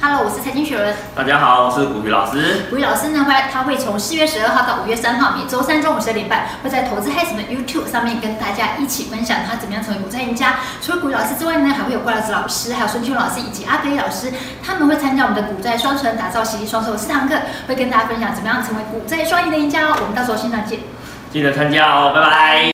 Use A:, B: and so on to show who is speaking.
A: Hello，我是财经雪伦。
B: 大家好，我是古雨老师。
A: 古雨老师呢，会他会从四月十二号到五月三号，每周三中午十二点半，会在投资嗨什么 YouTube 上面跟大家一起分享他怎么样成为股债赢家。除了古雨老师之外呢，还会有怪老师老师，还有孙秋老师以及阿飞老师，他们会参加我们的股债双存打造习双手四堂课，会跟大家分享怎么样成为股债双赢的赢家哦。我们到时候现场见。
B: 记得参加哦，拜拜。